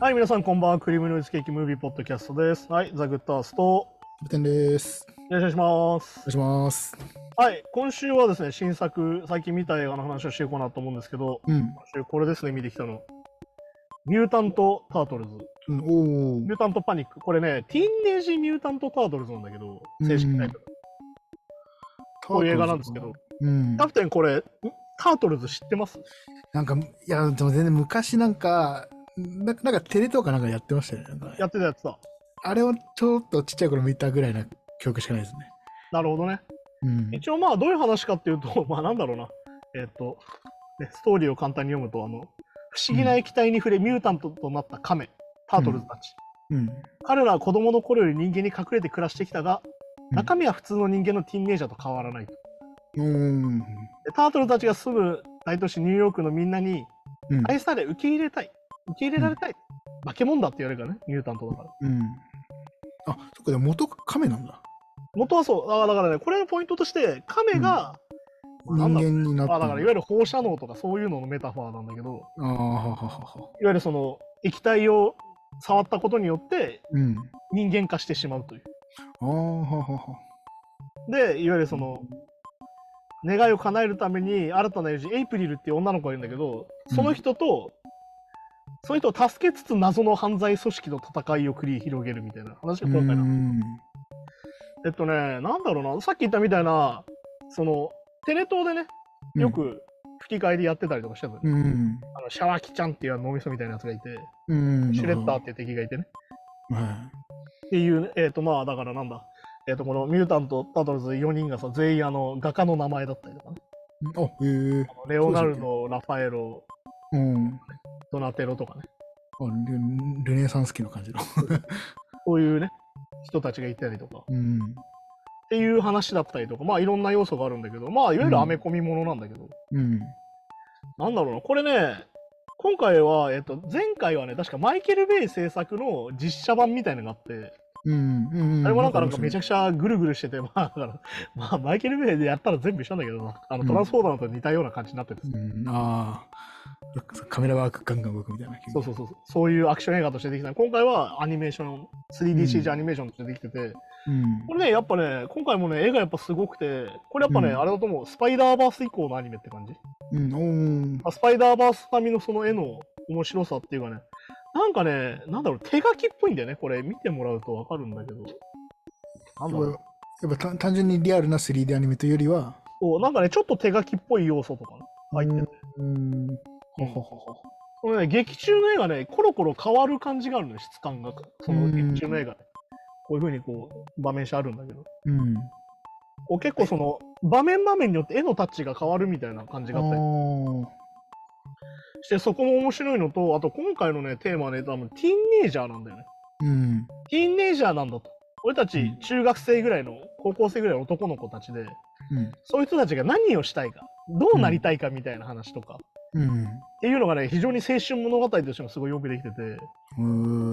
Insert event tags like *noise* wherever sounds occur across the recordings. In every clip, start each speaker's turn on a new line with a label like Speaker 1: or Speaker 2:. Speaker 1: はい、皆さんこんばんは。クリームノイズケーキムービーポッドキャストです。はい、ザ・グッドアースト。よ
Speaker 2: ブテンです。
Speaker 1: ろしくお願いします
Speaker 2: お。願いします。
Speaker 1: はい、今週はですね、新作、最近見た映画の話をしていこうかなと思うんですけど、
Speaker 2: うん。
Speaker 1: 今週これですね、見てきたの。ミュータント・タートルズ。
Speaker 2: うん、おお
Speaker 1: ミュ。ータント・パニック。これね、ティーンエイジ・ミュータント・タートルズなんだけど、正式タイトル。こういう映画なんですけど、
Speaker 2: うん
Speaker 1: キャ。プテンこれ、んタートルズ知ってます
Speaker 2: なんか、いや、でも全然昔なんか、ななんかテレ東かなんかやってましたよね。なんか
Speaker 1: やってたやつだ。
Speaker 2: あれをちょっとちっちゃい頃見たぐらいな記憶しかないですね。
Speaker 1: なるほどね。
Speaker 2: うん。
Speaker 1: 一応まあどういう話かっていうと *laughs* まあなんだろうなえっ、と、ね、ストーリーを簡単に読むとあの不思議な液体に触れミュータントとなったカメタートルズたち、
Speaker 2: うん。
Speaker 1: 彼らは子供の頃より人間に隠れて暮らしてきたが
Speaker 2: うん
Speaker 1: 中身は普通の人間のティーンエイジャーと変わらないと
Speaker 2: うん。
Speaker 1: でタートルズたちが住む大都市ニューヨークのみんなに
Speaker 2: うん。
Speaker 1: 愛され受け入れたい受け入れられたい、化け物だって言われるからねミュータントだから
Speaker 2: うん。あ、そっか、でも元が亀なんだ。
Speaker 1: 元はそうあだからねこれのポイントとしてカメが、まあなん
Speaker 2: 人
Speaker 1: だろう
Speaker 2: 間になった。
Speaker 1: まあだからいわゆる放射能とかそういうののメタファーなんだけど、
Speaker 2: あーははははい
Speaker 1: わゆるその液体を触ったことによって
Speaker 2: うん。
Speaker 1: 人間化してしまうという。
Speaker 2: あーはははは
Speaker 1: で、いわゆるその願いを叶えるために新たな友人、エイプリルっていう女の子がいるんだけど、その人と、その人を助けつつ謎の犯罪組織と戦いを繰り広げるみたいな話が今回
Speaker 2: う
Speaker 1: の。
Speaker 2: ん。
Speaker 1: えっとね、なんだろうな、さっき言ったみたいな、その、テレ東でね、よく吹き替えでやってたりとかしてたのよ、
Speaker 2: うん。
Speaker 1: あのシャワキちゃんっていう脳みそみたいなやつがいて、
Speaker 2: うん。
Speaker 1: シュレッダーっていう敵がいてね。
Speaker 2: ー。は
Speaker 1: っていうね、えっ、と、まあ、だからなんだ。えっ、と、このミュータント、タートルズ4人がさ、全員あの、画家の名前だったりとかね。
Speaker 2: い。あ、へえ。
Speaker 1: レオナルド、ラファエロ、
Speaker 2: うん。
Speaker 1: ドナテロとかね。
Speaker 2: あルルネサンス期の感じ
Speaker 1: *laughs*
Speaker 2: の。
Speaker 1: そういうね、人たちがいたりとか。っ
Speaker 2: うん。
Speaker 1: ていう話だったりとか、まあ、いろんな要素があるんだけど、まあ、いわゆるアメコミものなんだけど、
Speaker 2: うん。
Speaker 1: なんだろうな、これね、今回は、えっ、と、前回はね、確かマイケル・ベイ制作の実写版みたいなのがあって、
Speaker 2: うん。うん。
Speaker 1: あれもなんかなんかめちゃ
Speaker 2: ゃ
Speaker 1: くちゃぐるぐるしてて、まあ、だから、まあ、マイケル・ベイでやったら全部一緒なんだけど、あの、トランスフォーダーと似たような感じになってて、
Speaker 2: うん、ああ。カメラワークガンガン動くみたいな。
Speaker 1: そうそうそうそう、そういうアクション映画としてできた。今回はアニメーション、3DCG アニメーションとしてできてて、
Speaker 2: う。うん。
Speaker 1: これね、やっぱね、今回もね、絵がやっぱすごくて、これやっぱね、
Speaker 2: うん
Speaker 1: あれだと思う、スパイダーバース以降のアニメって感じ。
Speaker 2: うん。おー
Speaker 1: あスパイダーバース並みのその絵の面白さっていうかね、なんかね、なんだろう、手書きっぽいんだよね、これ、見てもらうとわかるんだけど。なんだろ
Speaker 2: やっ
Speaker 1: う
Speaker 2: ぱやっぱ単単純にリアルな 3D アニメというよりは、
Speaker 1: そうなんかね、ちょっと手書きっぽい要素とか入ってて、
Speaker 2: うん。ほほほほ。
Speaker 1: これね、劇中の絵がね、コロコロ変わる感じがあるのよ、質感が。その劇中の絵がね、こういうふうにこう、場面しあるんだけど。
Speaker 2: うん。
Speaker 1: こう結構その場面場面によって絵のタッチが変わるみたいな感じ
Speaker 2: あ
Speaker 1: があったり
Speaker 2: ー
Speaker 1: してそこも面白いのとあと今回のねテーマはね多分ティーンエイジャーなんだよね
Speaker 2: うん。
Speaker 1: ティーンエイジャーなんだと俺た
Speaker 2: う
Speaker 1: ち
Speaker 2: ん
Speaker 1: 中学生ぐらいの高校生ぐらいの男の子たちで
Speaker 2: うん。
Speaker 1: そういう人たちが何をしたいかどうなりたいかみたいな話とか、っ
Speaker 2: うん。
Speaker 1: ていうのがね非常に青春物語としてもすごいよくできてて
Speaker 2: う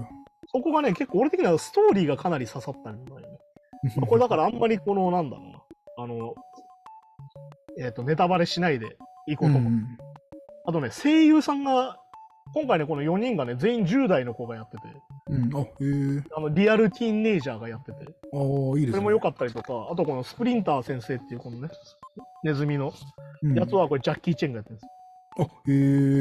Speaker 2: ー
Speaker 1: そこがね結構俺的にはストーリーがかなり刺さったんだよねこれだからあんまりこのなんだろうなあのえっ、とネタバレしないでいこうと思う、
Speaker 2: うん
Speaker 1: あとね、声優さんが、今回ね、この4人がね、全員10代の子がやってて、
Speaker 2: うん。あ、へえ。
Speaker 1: あのリアルティーンネイジャーがやってて、
Speaker 2: ああ、いいですね。
Speaker 1: それも良かったりとか、あとこのスプリンター先生っていうこのね、ネズミの
Speaker 2: うん
Speaker 1: やつはこれジャッキー・チェンがやってるんですよ
Speaker 2: あ、へ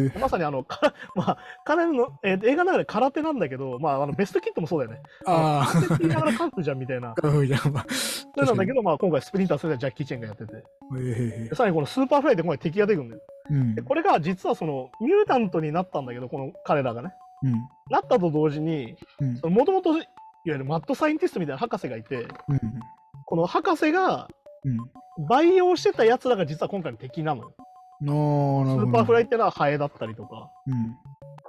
Speaker 2: え。
Speaker 1: で。まさにあの、か *laughs* まあ、彼の、えー映画の中で空手なんだけど、まあ、あのベストキットもそうだよね。
Speaker 2: ああ。
Speaker 1: 言いながらカンフーじゃんみた
Speaker 2: *laughs*
Speaker 1: いな。
Speaker 2: カフやば。
Speaker 1: そうなんだけど、まあ、今回スプリンター先生はジャッキー・チェンがやってて、
Speaker 2: ど。え
Speaker 1: でさらにこのスーパーフライで今回敵が出てくるんだよ。
Speaker 2: え。うん
Speaker 1: で。これが実はその、ミュータントになったんだけど、この彼らがね。
Speaker 2: うん。
Speaker 1: なったと同時に、
Speaker 2: うん
Speaker 1: もともといわゆるマッドサイエンティストみたいな博士がいて
Speaker 2: うん。
Speaker 1: この博士が
Speaker 2: うん。
Speaker 1: 培養してたやつらが実は今回の敵なのよ
Speaker 2: なあ、
Speaker 1: ス
Speaker 2: なるほど。
Speaker 1: ーパーフライってのはハエだったりとか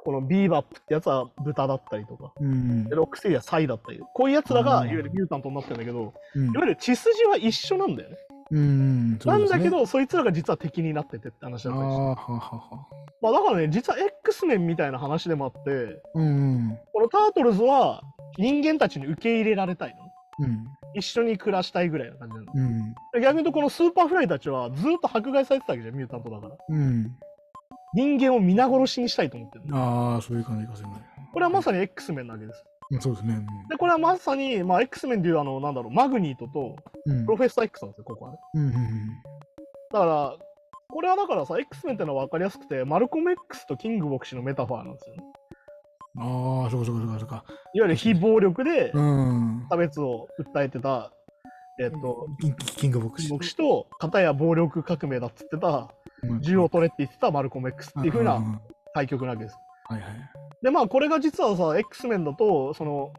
Speaker 1: このビーバップってやつは豚だったりとか
Speaker 2: うん。うん。
Speaker 1: でロックセイヤはサイだったりこういうやつらがい
Speaker 2: あー
Speaker 1: わゆるミュータントになってるんだけど
Speaker 2: うん
Speaker 1: いわゆる血筋は一緒なんだよね
Speaker 2: うん。そ
Speaker 1: な
Speaker 2: うんですね
Speaker 1: だけ、どそいつらが実は敵になっててって話
Speaker 2: あ
Speaker 1: だ
Speaker 2: あ
Speaker 1: ったりして
Speaker 2: ははは。
Speaker 1: まあ、だからね実は X メンみたいな話でもあって
Speaker 2: うん。
Speaker 1: このタートルズは人間たちに受け入れられたいの
Speaker 2: うん。
Speaker 1: 一緒に暮らしたいぐらいな感じなの
Speaker 2: うん。
Speaker 1: 逆に言うとこのスーパーフライたちはずっと迫害されてたわけじゃんミュータントだから
Speaker 2: うん。
Speaker 1: 人間を皆殺しにしたいと思ってる
Speaker 2: ああ、そういう感じがするね。
Speaker 1: これはまさに X メンなわけです。
Speaker 2: うんそうですね。
Speaker 1: で、これはまさに、まあ、X メンでいう、あの、なんだろう、マグニートと、
Speaker 2: うん。
Speaker 1: プロフェッサー X なんですよ、ここはね。
Speaker 2: うんうん
Speaker 1: だから、これはだからさ、X メンってのは分かりやすくて、マルコム X とキング牧師のメタファーなんですよね。
Speaker 2: うん。ああ、そうかそうかそうかそうか。
Speaker 1: いわゆる非暴力で
Speaker 2: うん。
Speaker 1: 差別を訴えてた、えっと、
Speaker 2: キンキングボクシー。
Speaker 1: 牧師と、片や暴力革命だっつってた、
Speaker 2: うん
Speaker 1: 銃を取れって言ってたマルコム X っていう風
Speaker 2: ん
Speaker 1: なん
Speaker 2: ん
Speaker 1: 対局なわけです。
Speaker 2: はいはい。
Speaker 1: で、まあ、これが実はさ、X メンだと、その、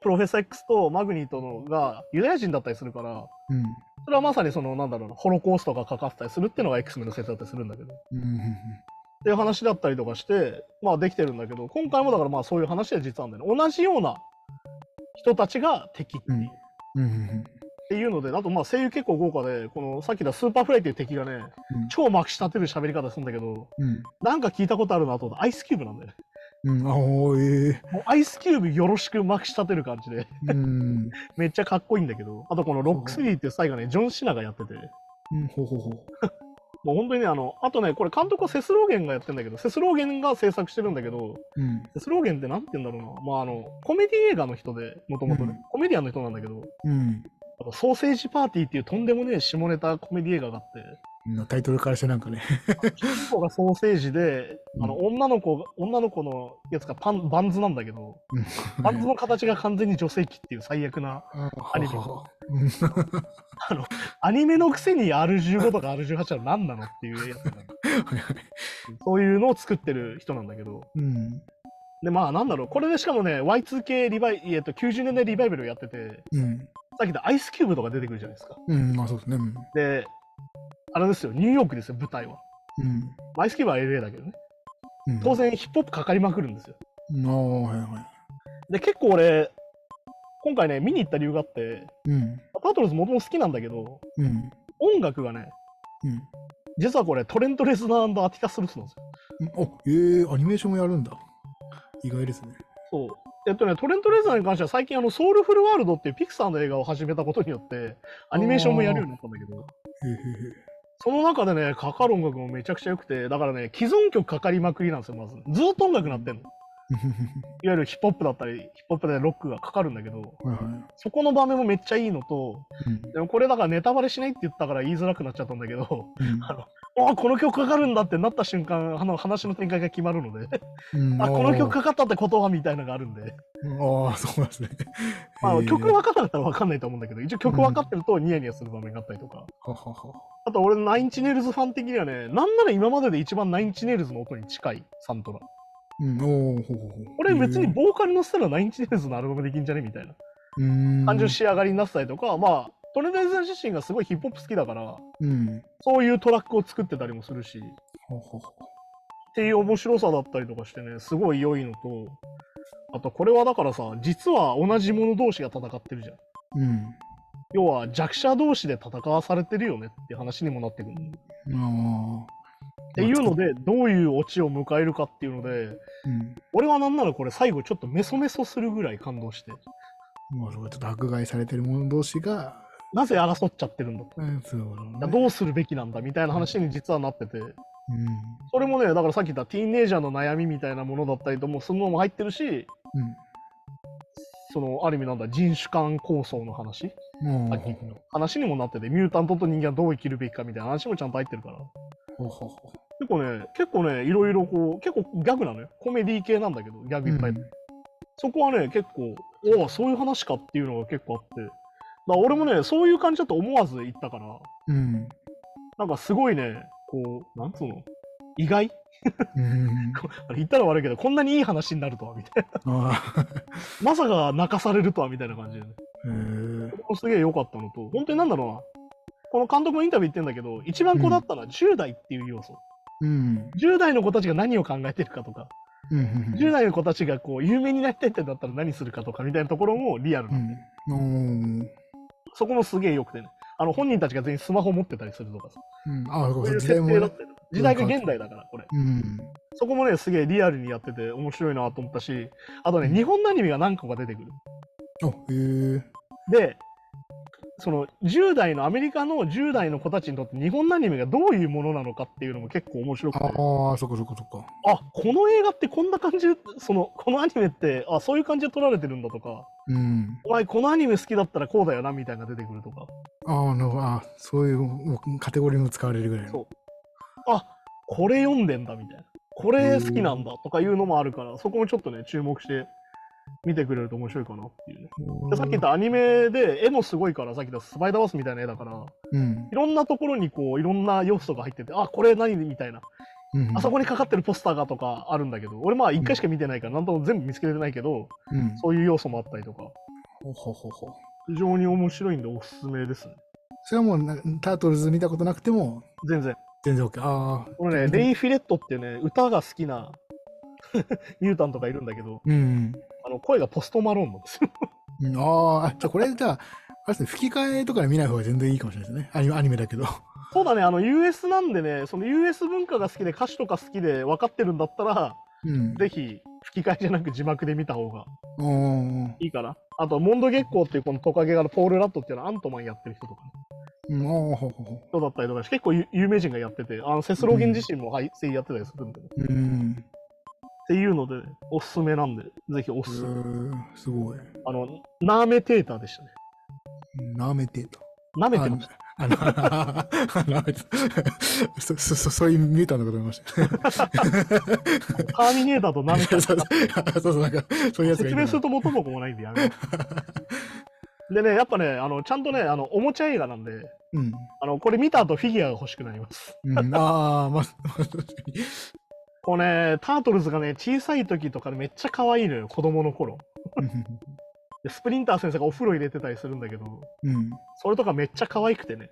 Speaker 1: プロフェッサー X とマグニートのがユダヤ人だったりするから、
Speaker 2: うん。
Speaker 1: それはまさにその、なんだろうな、ホロコーストがかかってたりするっていうのが X メンの説だったりするんだけど。
Speaker 2: うんうんうん
Speaker 1: っていう話だったりとかして、まあできてるんだけど、今回もだからまあそういう話は実はあるんだよね。同じような人たちが敵ってい
Speaker 2: う
Speaker 1: う,、
Speaker 2: ん
Speaker 1: っ
Speaker 2: うんうんうん。
Speaker 1: ていうので、あとまあ声優結構豪華で、このさっき言ったスーパーフライっていう敵がね、
Speaker 2: うん
Speaker 1: 超まくし立てる喋り方するんだけど、
Speaker 2: うん。
Speaker 1: なんか聞いたことあるなと思って、アイスキューブなんだよね。
Speaker 2: うん、あおーえ
Speaker 1: もうアイスキューブよろしくまくし立てる感じで、
Speaker 2: えうん。
Speaker 1: めっちゃかっこいいんだけど、あとこのロックスリーっていう最後ね、ジョン・シナがやってて、
Speaker 2: うん、ほうほうほう。
Speaker 1: もう本当にね、あの、あとね、これ監督はセスローゲンがやってんだけど、セスローゲンが制作してるんだけど、
Speaker 2: うん。
Speaker 1: でスローゲンってなんて言うんだろうな。まあ、あの、コメディ映画の人で、もともとね、
Speaker 2: うん
Speaker 1: コメディアンの人なんだけど、
Speaker 2: うん。
Speaker 1: あのソーセージパーティーっていうとんでもねえ下ネタコメディ映画があっ
Speaker 2: のタイトルからしてなんかね。
Speaker 1: て、主人公がソーセージで、あの、
Speaker 2: う
Speaker 1: 女の子が、女の子のやつがパン、バンズなんだけど、
Speaker 2: うん
Speaker 1: バ
Speaker 2: *laughs*
Speaker 1: ンズの形が完全に女性器っていう最悪な、
Speaker 2: ア
Speaker 1: ニメ
Speaker 2: うん
Speaker 1: アニメのくせに R15 とか R18 は何なのっていうやつなんだけど
Speaker 2: はいはい
Speaker 1: そういうのを作ってる人なんだけど、
Speaker 2: うん。
Speaker 1: で、まあ、なんだろう、これでしかもね、Y2K リバイ、えっと、90年代リバイバルをやってて、
Speaker 2: うん。
Speaker 1: さっき言ったアイスキューブとか出てくるじゃないですか。
Speaker 2: うん。まあそうですね。うん
Speaker 1: で、あれですよ、ニューヨークですよ、舞台は。
Speaker 2: うん。
Speaker 1: マイスキューバーは LA だけどね。
Speaker 2: うん
Speaker 1: 当。然ヒップホップかかりまくるんですよ。
Speaker 2: ああ、はいは
Speaker 1: で、結構俺、今回ね、見に行った理由があって、
Speaker 2: い。うん。
Speaker 1: パトルズもともと好きなんだけど、
Speaker 2: うん。
Speaker 1: 音楽がね、
Speaker 2: うん。
Speaker 1: 実はこれトレント・レズナーアティカス・ルスなんですよ。
Speaker 2: おええアニメーションもやるんだ。意外ですね。
Speaker 1: そう。えっとね、トレント・レズナーに関しては最近あの、ソウルフル・ワールドっていうピクサーの映画を始めたことによって、アニメーションもやるようになったんだけど、
Speaker 2: へえへ
Speaker 1: その中でね、かかる音楽もめちゃくちゃ良くて、だからね、既存曲かかりまくりなんですよ、まず。ずーっと音楽なってんの。いわゆるヒップホップだったり、ヒップホップでロックがかかるんだけど、
Speaker 2: え。 *laughs* はいは
Speaker 1: そこの場面もめっちゃいいのと、
Speaker 2: い。うん
Speaker 1: でもこれだからネタバレしないって言ったから言いづらくなっちゃったんだけど、 *laughs*
Speaker 2: うん
Speaker 1: あの、あこの曲かかるんだってなった瞬間、あの話の展開が決まるので、
Speaker 2: うん
Speaker 1: *laughs* あ、この曲かかったってことはみたいなのがあるんで、
Speaker 2: ああ、そうなんですね。
Speaker 1: *laughs* まああの、曲
Speaker 2: は
Speaker 1: 分かったら分かんないと思うんだけど、一応曲分かってるとニヤニヤする場面があったりとか、
Speaker 2: ははは。
Speaker 1: あと俺のナインチネイルズファン的にはね、なんなら今までで一番ナインチネイルズの音に近いサントラ。
Speaker 2: うん、おお、ほうほうほう。
Speaker 1: これ別にボーカルのせたらナインチネイルズのアルバムできんじゃねみたいな。
Speaker 2: うん。
Speaker 1: 感じの仕上がりになってたりとか、まあ、トレンドズ自身がすごいヒップホップ好きだから、
Speaker 2: うん。
Speaker 1: そういうトラックを作ってたりもするし、っ
Speaker 2: ほうほうほ
Speaker 1: ていう面白さだったりとかしてね、すごい良いのと、あとこれはだからさ、実は同じ者同士が戦ってるじゃん。
Speaker 2: う。うん。
Speaker 1: 要は弱者同士で戦わされてるよねって話にもなってくる。っ
Speaker 2: ああ。って
Speaker 1: いうの、で、どういうオチを迎えるかっていうので、
Speaker 2: うん。
Speaker 1: 俺はなんならこれ最後ちょっとメソメソするぐらい感動して、
Speaker 2: まあ、そうかちょっと迫害されてる者同士が、
Speaker 1: なぜ争っちゃってるんだと。
Speaker 2: うん、そうだろうね
Speaker 1: どうするべきなんだみたいな話に実はなってて、
Speaker 2: うん。
Speaker 1: それもね、だからさっき言ったティーンエイジャーの悩みみたいなものだったりとも、そののも入ってるし、その、ある意味なんだ、人種間構想の話
Speaker 2: うん。も
Speaker 1: さ
Speaker 2: う
Speaker 1: っき話にもなってて、ミュータントと人間はどう生きるべきかみたいな話もちゃんと入ってるから。
Speaker 2: ほうほうほ
Speaker 1: 結構ね、結構ね、いろいろこう、結構ギャグなのよ。コメディ系なんだけど、ギャ
Speaker 2: う。
Speaker 1: グいっぱい。
Speaker 2: うん
Speaker 1: そこはね、結構、おお、そういう話かっていうのが結構あって。だから俺もね、そういう感じだと思わず行ったから、
Speaker 2: うん。
Speaker 1: なんかすごいね、こう、なんつうの意外
Speaker 2: うん。
Speaker 1: あれ言ったら悪いけど、こんなにいい話になるとは、みたいな。
Speaker 2: ああ。
Speaker 1: まさか泣かされるとはみたいな感じで、ね、
Speaker 2: へえ。
Speaker 1: ここすげえ良かったのと、本当になんだろうな、この監督もインタビュー言ってんだけど、一番こだわったのは10代っていう要素。
Speaker 2: うん。
Speaker 1: 10代の子たちが何を考えてるかとか、
Speaker 2: うん。
Speaker 1: 10代の子たちがこう有名になりたいってなったら何するかとかみたいなところもリアルな、
Speaker 2: うん。うん。
Speaker 1: そこもすげえ良くてね。あの本人たちが全員スマホ持ってたりするとかさ、
Speaker 2: うん。ああ、そ
Speaker 1: こ
Speaker 2: う
Speaker 1: う
Speaker 2: か
Speaker 1: いう
Speaker 2: 時
Speaker 1: 設
Speaker 2: 代も
Speaker 1: 定
Speaker 2: ね
Speaker 1: だっ。たり時代が現代だから、これ。
Speaker 2: うん。
Speaker 1: そこもね、すげえリアルにやってて面白いなと思ったし、あとね、
Speaker 2: うん
Speaker 1: 日本のアニメが何個か出てくる。
Speaker 2: あ、へえ。
Speaker 1: で、その10代のアメリカの10代の子たちにとって日本のアニメがどういうものなのかっていうのも結構面白くて
Speaker 2: ああ、そこそこそこ。
Speaker 1: あこの映画ってこんな感じでそのこのアニメってあそういう感じで撮られてるんだとか
Speaker 2: うん。
Speaker 1: お前このアニメ好きだったらこうだよなみたいなのが出てくるとか
Speaker 2: ああ、なるほど。ああそういうもうカテゴリーも使われるぐらいの。
Speaker 1: そうあこれ読んでんだみたいなこれ好きなんだとかいうのもあるからそこもちょっとね注目して見てくれると面白いかなっていうねでさっき言ったアニメで絵もすごいからさっき言ったスパイダーバースみたいな絵だから
Speaker 2: うん
Speaker 1: い。ろんなところにこういろんな要素が入っててあこれ何みたいな
Speaker 2: うん。
Speaker 1: あそこにかかってるポスターがとかあるんだけど俺まあ1回しか見てないから何とも全部見つけれてないけど
Speaker 2: うん。
Speaker 1: そういう要素もあったりとか
Speaker 2: ほほほほ。
Speaker 1: 非常に面白いんでおすすめですね
Speaker 2: それはもうな、タートルズ見たことなくても、
Speaker 1: 全然
Speaker 2: 全然 OK。ああ。
Speaker 1: これね、レイ・フィレットっていうね、歌が好きな *laughs* ミュータンとかいるんだけど、
Speaker 2: うん。
Speaker 1: あの声がポストマローンなんですよ。 *laughs*
Speaker 2: うんああ、じゃあこれじゃあ、あれですね、吹き替えとかで見ない方が全然いいかもしれないですね。アニメアニメだけど。
Speaker 1: そうだね、あの US なんでね、その US 文化が好きで歌詞とか好きで分かってるんだったら、
Speaker 2: うん。
Speaker 1: ぜひ吹き替えじゃなく字幕で見た方が
Speaker 2: おー
Speaker 1: いいかな。あと、モンド月光っていうこのトカゲがポール・ラットっていうのはアントマンやってる人とか、
Speaker 2: うん、おーほほほ。
Speaker 1: 人だったりとかして、結構有有名人がやってて、あのセスローゲン自身もはい声優やってたりするんで、ね、
Speaker 2: うん。
Speaker 1: っていうので、おすすめなんで、ぜひおすすめ。
Speaker 2: うんすごい。
Speaker 1: あの、ナーメテーターでしたね。
Speaker 2: なめてと。
Speaker 1: 舐め
Speaker 2: あ
Speaker 1: てま
Speaker 2: の
Speaker 1: した。
Speaker 2: あの、なめて。そ、そ、そ、そういうミュータンのこと思いました。
Speaker 1: ターミネーターと舐め
Speaker 2: *laughs*
Speaker 1: て
Speaker 2: そうそう、そうそうなんか、そういうやつがい
Speaker 1: 説
Speaker 2: るな
Speaker 1: 明すると元も子もないんでやめる
Speaker 2: *laughs*
Speaker 1: でねやっぱねあのちゃんとねあのおもちゃ映画なんで
Speaker 2: うん。
Speaker 1: あのこれ見た後フィギュアが欲しくなります
Speaker 2: うん、ああ、まあ、確かに。
Speaker 1: こうねタートルズがね小さい時とかねめっちゃ可愛いのよ子供の頃でスプリンター先生がお風呂入れてたりするんだけど
Speaker 2: うん。
Speaker 1: それとかめっちゃ可愛くてね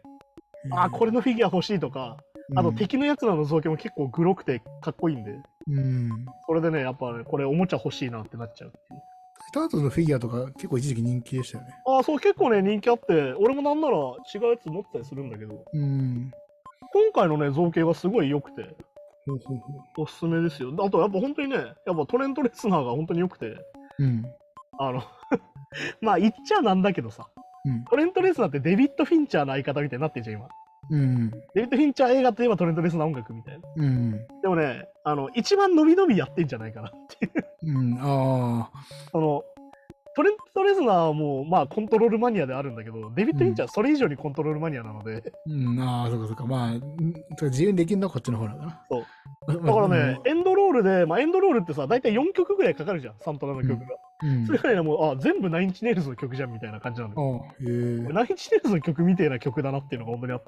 Speaker 1: あーこれのフィギュア欲しいとかあと敵のやつらの造形も結構グロくてかっこいいんで
Speaker 2: うん。
Speaker 1: それでねやっぱねこれおもちゃ欲しいなってなっちゃうっていう
Speaker 2: スタートのフィギュアとか結構一時期人気でしたよね。
Speaker 1: ああそう結構ね人気あって俺もなんなら違うやつ持ってたりするんだけど
Speaker 2: うん。
Speaker 1: 今回のね造形がすごい良くて
Speaker 2: ほうほうほう。
Speaker 1: おすすめですよあとやっぱ本当にねやっぱトレントレスナーが本当に良くて
Speaker 2: うん。
Speaker 1: あの *laughs* まあ言っちゃなんだけどさ
Speaker 2: うん。
Speaker 1: トレントレスナーってデビッド・フィンチャーの相方みたいになってんじゃん今
Speaker 2: うん。
Speaker 1: デビッド・フィンチャー映画といえばトレントレスナー音楽みたいな
Speaker 2: うん。
Speaker 1: でもねあの一番伸び伸びやってんじゃないかなっていう
Speaker 2: うん。ああ。
Speaker 1: そのトレントレスナーはもうまあコントロールマニアであるんだけどデビッド・フィンチャーはそれ以上にコントロールマニアなので、
Speaker 2: うん。ああ、そうかそうか。まあ、うんそれ自由にできるのはこっちの方だから。
Speaker 1: そう
Speaker 2: う
Speaker 1: だからね、エンドロールで、まあ、エンドロールってさ大体4曲ぐらいかかるじゃんサントラの曲が、
Speaker 2: うん
Speaker 1: それ。ぐらいのもうあ全部ナインチネイルズの曲じゃんみたいな感じなのよ
Speaker 2: ああ、へえ。
Speaker 1: ナインチネイルズの曲みたいな曲だなっていうのが本当にあって。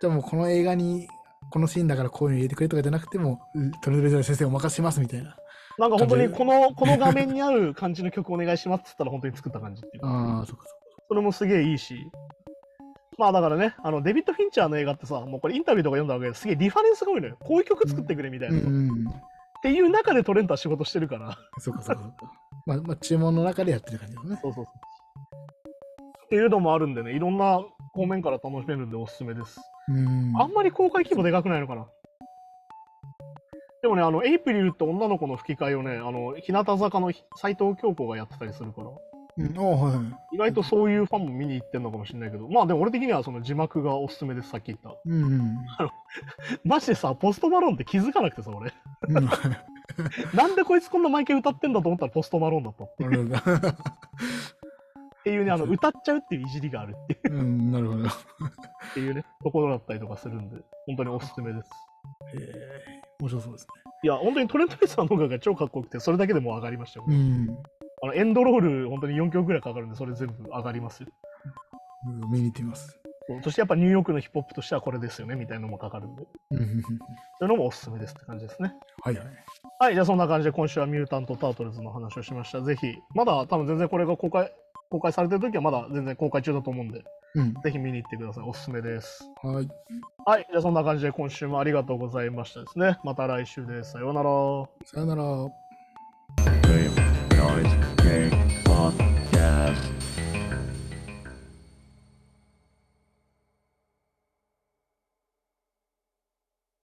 Speaker 2: じゃあもうこの映画に、このシーンだからこういうの入れてくれとかじゃなくても、うトレンドレザー先生お任せしますみたいな。
Speaker 1: なんか本当にこの、この画面に合う感じの曲お願いしますって言ったら本当に作った感じっていうか。
Speaker 2: ああ、そっかそ
Speaker 1: それもすげえいいし。まあだからね、あの、デビッド・フィンチャーの映画ってさ、もうこれインタビューとか読んだわけですげえリファレンスが多いのよ。こういう曲作ってくれみたい
Speaker 2: っ
Speaker 1: な。
Speaker 2: か。う
Speaker 1: っ
Speaker 2: んうん。
Speaker 1: ていう中でトレントは仕事してるから。
Speaker 2: そっかそっかそっか。まあ、まあ、注文の中でやってる感じですね。
Speaker 1: そうそうそう。っていうのもあるんでね、いろんな方面から楽しめるんでおすすめです。
Speaker 2: うん。
Speaker 1: あんまり公開規模でかくないのかな。でもね、あの、エイプリルって女の子の吹き替えをね、あの、日向坂の斎藤京子がやってたりするから、
Speaker 2: うん、ああ、はいはい。
Speaker 1: 意外とそういうファンも見に行ってんのかもしれないけど、まあでも俺的にはその字幕がおすすめです、さっき言った。 *laughs*
Speaker 2: うんうん。
Speaker 1: マジでさ、ポストマローンって気づかなくてさ、俺。
Speaker 2: うん
Speaker 1: なんでこいつこんな毎回歌ってんだと思ったらポストマローンだったっ
Speaker 2: なるほど。
Speaker 1: ていうね、あの、歌っちゃうっていういじりがあるっていう
Speaker 2: *laughs* うん、なるほど。へ
Speaker 1: っていうね、ところだったりとかするんで、本当におすすめです。
Speaker 2: え、面白そうです
Speaker 1: いや、本当にトレント・レスターの音楽が超かっこよくて、それだけでもう上がりましたよ。
Speaker 2: ね。うん。
Speaker 1: あのエンドロール、本当に4曲ぐらいかかるんで、それ全部上がりますよ。
Speaker 2: うん見に行ってみます。
Speaker 1: そうそしてやっぱニューヨークのヒップホップとしてはこれですよね、みたいなのもかかるんで。そ
Speaker 2: うんうんうん
Speaker 1: ういうのもおすすめですって感じですね。
Speaker 2: はいはい。
Speaker 1: はい、じゃあそんな感じで今週はミュータント・タートルズの話をしました。ぜひ、まだ多分全然これが公開、公開されてる時はまだ全然公開中だと思うんで、
Speaker 2: うん。
Speaker 1: ぜひ見に行ってください。おすすめです。
Speaker 2: はい。
Speaker 1: はい、じゃあそんな感じで今週もありがとうございましたですね。また来週です。さようなら。
Speaker 2: さよなら。
Speaker 3: Game, noise, game, on.